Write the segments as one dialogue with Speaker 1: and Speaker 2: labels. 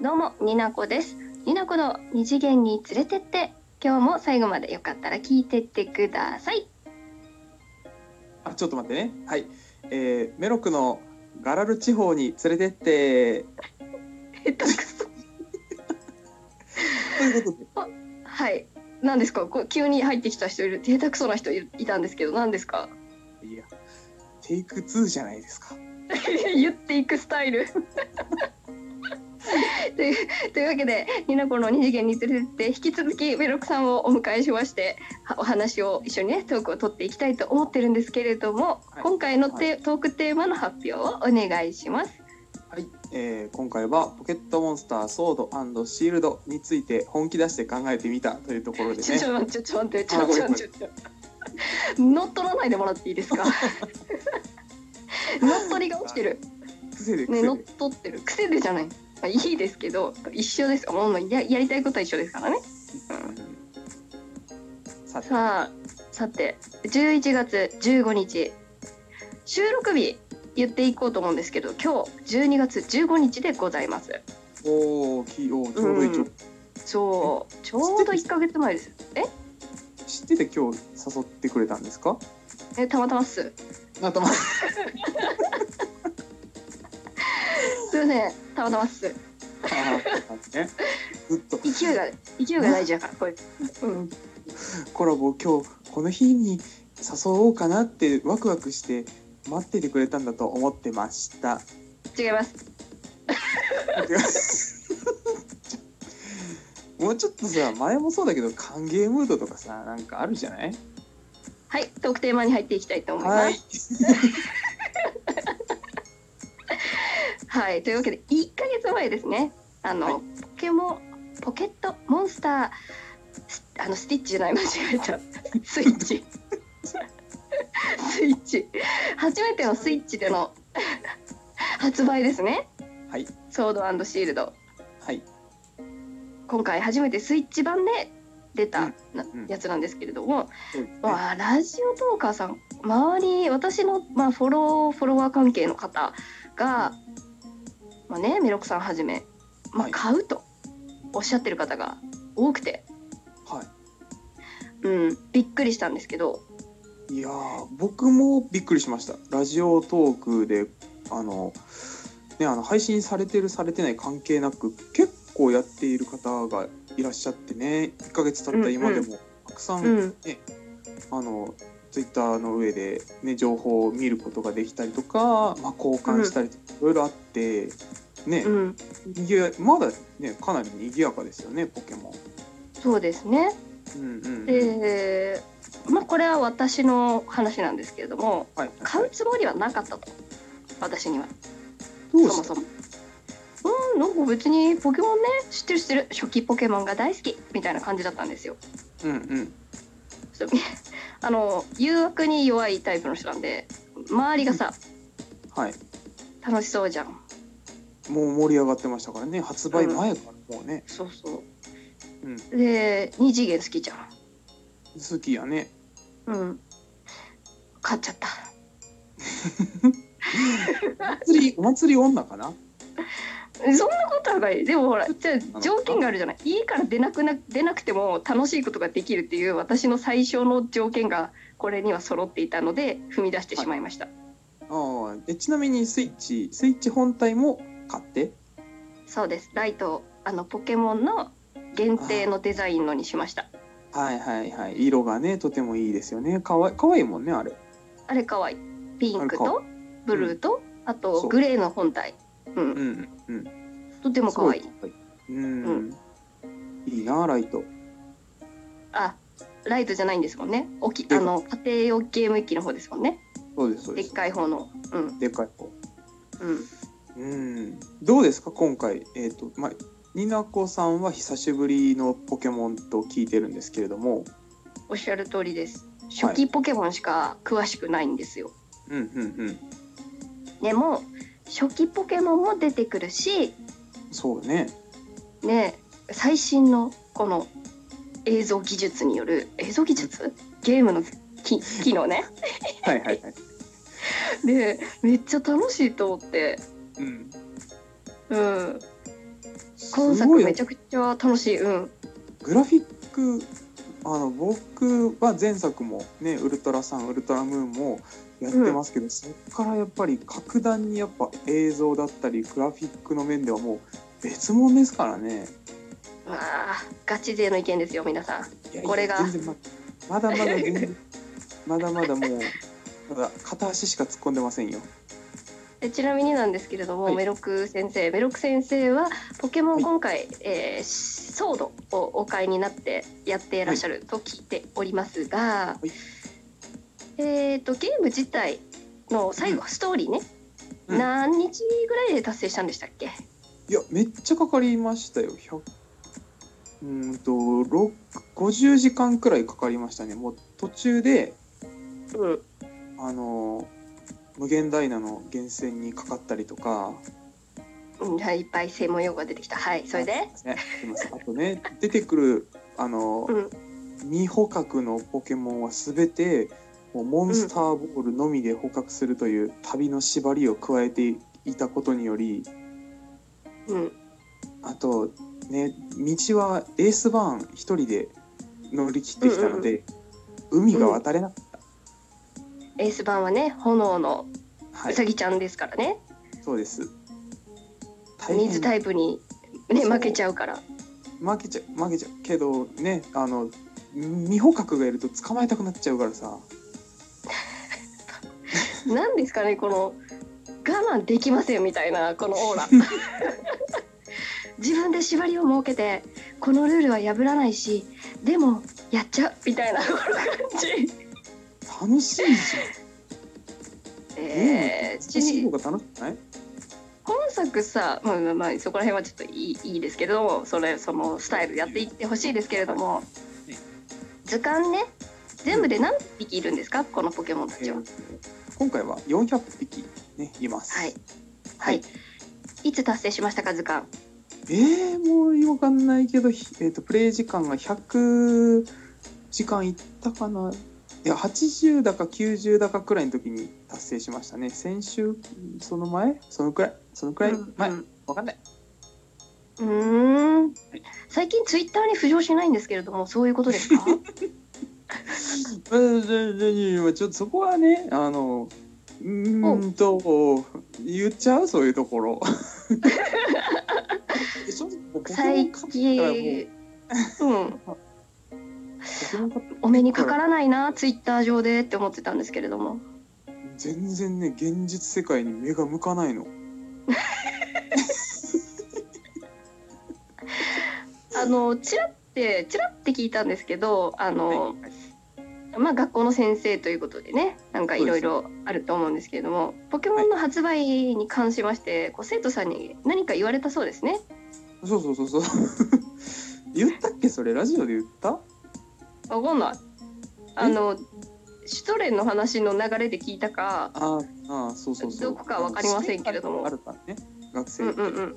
Speaker 1: どうも、になこです。になこの二次元に連れてって、今日も最後までよかったら聞いてってください。
Speaker 2: あちょっと待ってね。はい。えーメロクのガラル地方に連れてって
Speaker 1: えっと、
Speaker 2: ということで
Speaker 1: はい。何ですかこう急に入ってきた人いる、下手くそな人いいたんですけど、何ですか
Speaker 2: いやテイク2じゃないですか。
Speaker 1: 言っていくスタイル というというわけで、になこの二次元に連れてって、引き続きメロクさんをお迎えしまして、はお話を一緒にね、トークを取っていきたいと思ってるんですけれども、
Speaker 2: はい
Speaker 1: 今回のテートークテーマの発表をお願いします。
Speaker 2: はい、えー今回はポケットモンスターソードシールドについて本気出して考えてみたというところで
Speaker 1: ちょ
Speaker 2: ね
Speaker 1: ち。ょ待って、ちょっと待って、ちょっと待って、ちょっと待って。乗っ取らないでもらっていいです か。乗っ取りが起きてる。
Speaker 2: 癖で
Speaker 1: ね、
Speaker 2: 癖
Speaker 1: 乗っ
Speaker 2: で。
Speaker 1: 取ってる。癖でじゃない。まあ、いいですけど、一緒です。もうもうややりたいことは一緒ですからね。
Speaker 2: さて
Speaker 1: さあ、さて、11月15日。収録日。言っていこうと思うんですけど、今日12月15日でございます。
Speaker 2: おおきおーちょうどいいちょうどいい
Speaker 1: そう、ちょうど1ヶ月前です。え、
Speaker 2: 知ってて今日誘ってくれたんで すか？
Speaker 1: えたまたまっす。
Speaker 2: あたま。
Speaker 1: すいません、たまたまっす。
Speaker 2: ね。ずっと
Speaker 1: 勢いが、勢いが大事だから、これ。うん。
Speaker 2: コラボを今日この日に誘おうかなってワクワクして待っててくれたんだと思ってました。
Speaker 1: 違います。
Speaker 2: もうちょっとさ前もそうだけど歓迎ムードとかさなんかあるじゃない
Speaker 1: はい、トークテーマに入っていきたいと思います。は、
Speaker 2: はい
Speaker 1: というわけで、1ヶ月前ですね。あの、
Speaker 2: はい
Speaker 1: ポケモン、ポケットモンスター。スあのスティッチじゃない、間違え た。スイッチ。スイッチ。初めてのスイッチでの。発売ですね。
Speaker 2: はい
Speaker 1: ソードシールド。
Speaker 2: はい
Speaker 1: 今回初めてスイッチ版で。出たな
Speaker 2: うん
Speaker 1: やつなんですけれども、
Speaker 2: そうですね
Speaker 1: わあラジオトーカーさん周り私の、まあ、フォローフォロワー関係の方が、まあね、メロクさんはじめ、ま
Speaker 2: は
Speaker 1: あ、
Speaker 2: い
Speaker 1: 買うとおっしゃってる方が多くて、
Speaker 2: は
Speaker 1: うん、びっくりしたんですけど
Speaker 2: いいやー僕もびっくりしましたラジオトークであのねあの配信されてるされてない関係なく結構やっている方がいらっしゃってね1ヶ月経った今でも、たくさん、
Speaker 1: うん
Speaker 2: あのツイッターの上で、ね、情報を見ることができたりとか、まあ、交換したりとかいろいろあって、ね、
Speaker 1: うん、
Speaker 2: にぎやまだ、ね、かなり賑やかですよねポケモ
Speaker 1: そうですね。
Speaker 2: ン。うんうんうん
Speaker 1: でまあこれは私の話なんですけれども
Speaker 2: はい、
Speaker 1: 買うつもりはなかったと私には
Speaker 2: どう
Speaker 1: そ
Speaker 2: し
Speaker 1: も
Speaker 2: た
Speaker 1: そも。うん、なんか別にポケモンね知ってる知ってる初期ポケモンが大好きみたいな感じだったんですよ。
Speaker 2: うんうん
Speaker 1: ちょっとあの誘惑に弱いタイプの人なんで周りがさ
Speaker 2: はい、
Speaker 1: 楽しそうじゃん
Speaker 2: もう盛り上がってましたからね発売前からもうね、
Speaker 1: そうそう
Speaker 2: うん、
Speaker 1: で二次元好きじゃん
Speaker 2: 好きやね
Speaker 1: うん買っちゃった
Speaker 2: お祭りお祭り女かな
Speaker 1: そんなことはないでもほらじゃあ条件があるじゃない家から出なくな出なくても楽しいことができるっていう私の最小の条件がこれには揃っていたので踏み出してしまいました、
Speaker 2: ああえちなみにスイッチスイッチ本体も買って
Speaker 1: そうですライトをあのポケモンの限定のデザインのにしました
Speaker 2: はいはいはい色がねとてもいいですよねかわいかわいいもんねあれ
Speaker 1: あれ可愛いピンク
Speaker 2: あれか
Speaker 1: とブルーと、あ
Speaker 2: そ
Speaker 1: と
Speaker 2: う
Speaker 1: グレーの本体う
Speaker 2: う
Speaker 1: ん
Speaker 2: んうんうん
Speaker 1: とても可愛い
Speaker 2: うん、いいなライト
Speaker 1: あライトじゃないんですもんねおき
Speaker 2: で
Speaker 1: あの家庭用ゲーム機の方ですもんね
Speaker 2: そうですそう
Speaker 1: で
Speaker 2: で
Speaker 1: っ
Speaker 2: す
Speaker 1: かい方のうん
Speaker 2: でっかい方
Speaker 1: うん
Speaker 2: うんどうですか今回えっ、とまあになこさんは久しぶりのポケモンと聞いてるんですけれども
Speaker 1: おっしゃる通りです初期ポケモンしか詳しくないんですよ、
Speaker 2: うんうんうん
Speaker 1: でも初期ポケモンも出てくるし
Speaker 2: そうね
Speaker 1: ね最新のこの映像技術による映像技術ゲームの機機能ね
Speaker 2: はいはいはい
Speaker 1: でめっちゃ楽しいと思って
Speaker 2: うん
Speaker 1: うん今
Speaker 2: す
Speaker 1: 作
Speaker 2: ごい
Speaker 1: めちゃくちゃ楽しいうん
Speaker 2: グラフィックあの僕は前作もね「ウルトラサン」「ウルトラムーン」もやってますけど、そこからやっぱり格段にやっぱ映像だったりグラフィックの面ではもう別物ですからね。
Speaker 1: まあガチ勢の意見ですよ皆さん
Speaker 2: いや
Speaker 1: これが
Speaker 2: 全然ままだまだ全然 まだまだもうまだ片足しか突っ込んでませんよ。
Speaker 1: でちなみになんですけれども、
Speaker 2: はい
Speaker 1: メロク先生メロク先生はポケモ
Speaker 2: は
Speaker 1: ン
Speaker 2: い
Speaker 1: 今回、えーソードをお買いになってやっていらっしゃると聞いておりますが、
Speaker 2: い
Speaker 1: えっ、とゲーム自体の最後、ストーリーね、
Speaker 2: うん
Speaker 1: 何日ぐらいで達成したんでしたっけ
Speaker 2: いやめっちゃかかりましたよ。100うーんと6 50時間くらいかかりましたね。もう途中で
Speaker 1: うん
Speaker 2: あの無限ダイナの源泉にかかったりとか、
Speaker 1: うん、はい、いっぱい専門用語が出てきた。はい、それで。
Speaker 2: あすいませんすいませんあとね出てくるあの、
Speaker 1: うん、
Speaker 2: 未捕獲のポケモンはすべてもうモンスターボールのみで捕獲するという旅の縛りを加えていたことにより、
Speaker 1: うん、
Speaker 2: あとね道はエースバーン一人で乗り切ってきたので、海が渡れなかった。
Speaker 1: エース版はね、炎の
Speaker 2: は
Speaker 1: う
Speaker 2: い
Speaker 1: さ、ぎちゃんですからね。
Speaker 2: そうです。
Speaker 1: 水タイプに、ね、
Speaker 2: そう
Speaker 1: 負けちゃうから。
Speaker 2: 負けちゃう負けちゃうけどねあの未捕獲がいると捕まえたくなっちゃうからさ
Speaker 1: なんですかね、この。我慢できませんみたいな、このオー ラ。自分で縛りを設けて、このルールは破らないし、でも、やっちゃうみたいな、この感じ。
Speaker 2: 楽しいじゃん、
Speaker 1: ええ
Speaker 2: 楽しい方が楽しくない
Speaker 1: 今作さ、まあまあまあ、そこら辺はちょっといいいいですけどもそれそのスタイルやっていってほしいですけれども、
Speaker 2: い
Speaker 1: 図鑑ね全部で何匹いるんですかこのポケモンたちは。
Speaker 2: えー今回は400匹ねいます
Speaker 1: はい、はい、いつ達成しましたか図鑑
Speaker 2: えー、もうわかんないけど、ひえー、とプレイ時間が100時間いったかないや80だか90だかくらいの時に達成しましたね先週その前そのくらいそのくらい前、
Speaker 1: うん
Speaker 2: わかんないう
Speaker 1: ーん最近ツイッターに浮上しないんですけれどもそういうことです か
Speaker 2: うんうんうんうんちょっとそこはねあのうーんと言っちゃうそういうところ正直ポケモン
Speaker 1: 最
Speaker 2: 買ったらもう
Speaker 1: 近うん
Speaker 2: ポケモン買った
Speaker 1: お目にかからないなツイッター上でって思ってたんですけれども
Speaker 2: 全然ね現実世界に目が向かないの
Speaker 1: あのちらってちらって聞いたんですけどあの、まあ、学校の先生ということでねなんかいろいろあると思うんですけれども、ポケモンの発売に関しまして、こう生徒さんに何か言われたそうですね
Speaker 2: そうそうそうそう言ったっけそれラジオで言った
Speaker 1: わかんないあのシュトレンの話の流れで聞いたか
Speaker 2: あーあーそうそうそう
Speaker 1: どこかわかりませんけれども
Speaker 2: あるからね学生
Speaker 1: うんうんうん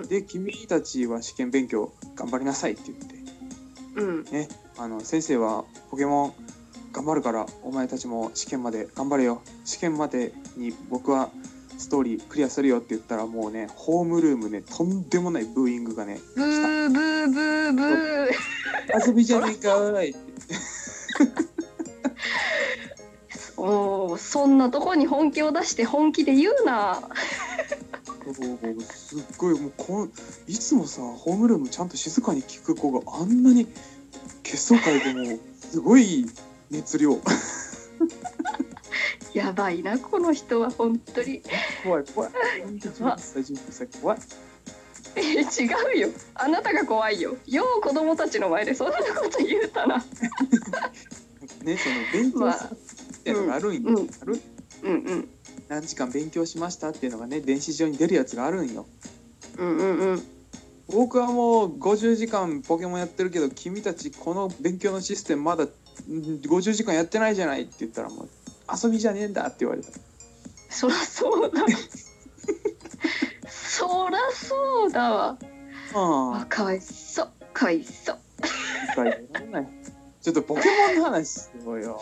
Speaker 1: うん
Speaker 2: で君たちは試験勉強頑張りなさいって言って
Speaker 1: うん
Speaker 2: ね、あの先生はポケモン頑張るからお前たちも試験まで頑張れよ試験までに僕はストーリークリアするよって言ったらもうねホームルームねとんでもないブーイングがね
Speaker 1: ブーブーブーブー
Speaker 2: 遊びじゃねえかーいって
Speaker 1: おーそんなとこに本気を出して本気で言うな
Speaker 2: もうすっごいもうこんいつもさホームルームちゃんと静かに聞く子があんなに結束会でもすごい熱量
Speaker 1: やばいなこの人は本当に
Speaker 2: 怖い怖い大丈夫です怖い
Speaker 1: え違うよあなたが怖いよよう子供たちの前でそんなこと言うたな
Speaker 2: ねその勉強するっていうのがあるんよ、
Speaker 1: うんうん
Speaker 2: ある
Speaker 1: うんうん
Speaker 2: 何時間勉強しましたっていうのがね電子上に出るやつがあるんよ
Speaker 1: うんうんうん
Speaker 2: 僕はもう50時間ポケモンやってるけど君たちこの勉強のシステムまだん50時間やってないじゃないって言ったらもう遊びじゃねえんだって言われた
Speaker 1: そらそう だそらそうだわあ
Speaker 2: あ
Speaker 1: かわいそうかわいそう
Speaker 2: あ理解できないちょっとポケモンの話すごいよ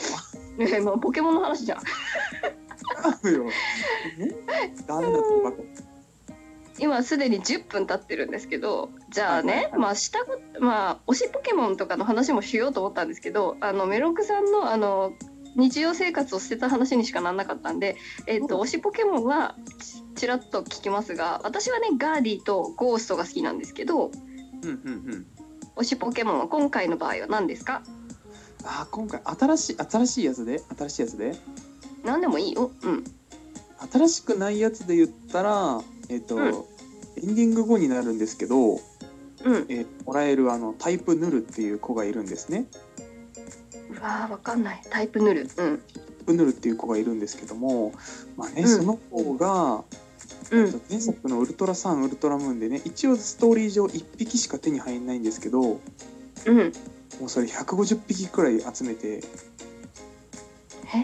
Speaker 1: ね えもうポケモンの話じゃん
Speaker 2: あるよ、ね、ダメだったばっか
Speaker 1: 今すでに10分経ってるんですけどじゃあね、
Speaker 2: はいはいはい
Speaker 1: まあしたこまあ推しポケモンとかの話もしようと思ったんですけどあのメロクさんのあの日常生活を捨てた話にしかならなかったんで、えっと推しポケモンはちちらっと聞きますが私はねガーディとゴーストが好きなんですけど
Speaker 2: うんうんうん。
Speaker 1: 推しポケモンは今回の場合は何ですか
Speaker 2: あ今回新しい新しいやつで新しいやつで
Speaker 1: 何でもいいよ、うん、
Speaker 2: 新しくないやつで言ったらえっ、と、
Speaker 1: うん
Speaker 2: エンディング後になるんですけ
Speaker 1: う
Speaker 2: ど、
Speaker 1: ん
Speaker 2: えーもらえるあのタイプヌルっていう子がいるんですね。
Speaker 1: うわーわかんないタイプ塗るうん
Speaker 2: タイプヌルっていう子がいるんですけども、まあね、
Speaker 1: うん
Speaker 2: その子が、
Speaker 1: う
Speaker 2: えっと
Speaker 1: ん
Speaker 2: 前作のウルトラサンウルトラムーンでね一応ストーリー上1匹しか手に入んないんですけども
Speaker 1: うん
Speaker 2: うそれ150匹くらい集めて
Speaker 1: え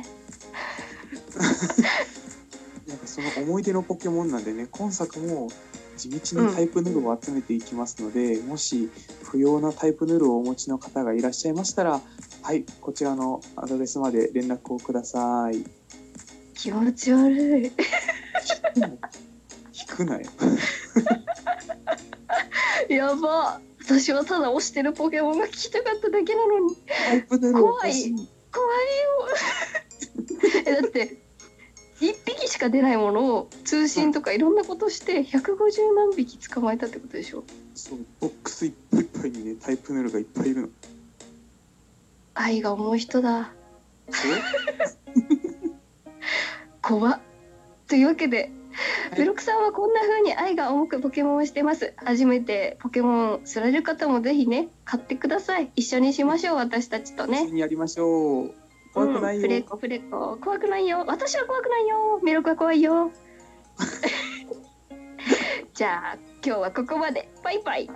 Speaker 2: なんかその思い出のポケモンなんでね今作も地道にタイプヌルを集めていきますので、もし不要なタイプヌルをお持ちの方がいらっしゃいましたらはいこちらのアドレスまで連絡をくだ さい。
Speaker 1: 気持ち悪い
Speaker 2: 聞くなよ。
Speaker 1: やば私はただ推してるポケモンが聞きたかっただけなのに
Speaker 2: タイプヌルを
Speaker 1: 怖い怖いよ えだって1匹しか出ないものを通信とかいろんなことして150何匹捕まえたってことでしょ
Speaker 2: そうボックスいっぱいいっぱいにねタイプヌルがいっぱいいるの。
Speaker 1: 愛が重い人だ
Speaker 2: そう
Speaker 1: 怖っというわけで
Speaker 2: はい
Speaker 1: ブロクさんはこんな風に愛が重くポケモンをしてます初めてポケモンすられる方もぜひね買ってください一緒にしましょう私たちとね
Speaker 2: 一緒にやりましょう。怖くない
Speaker 1: うんフ
Speaker 2: よ。
Speaker 1: レコフレコ怖くないよ私は怖くないよメロクは怖い よじゃあ今日はここまでバイバイ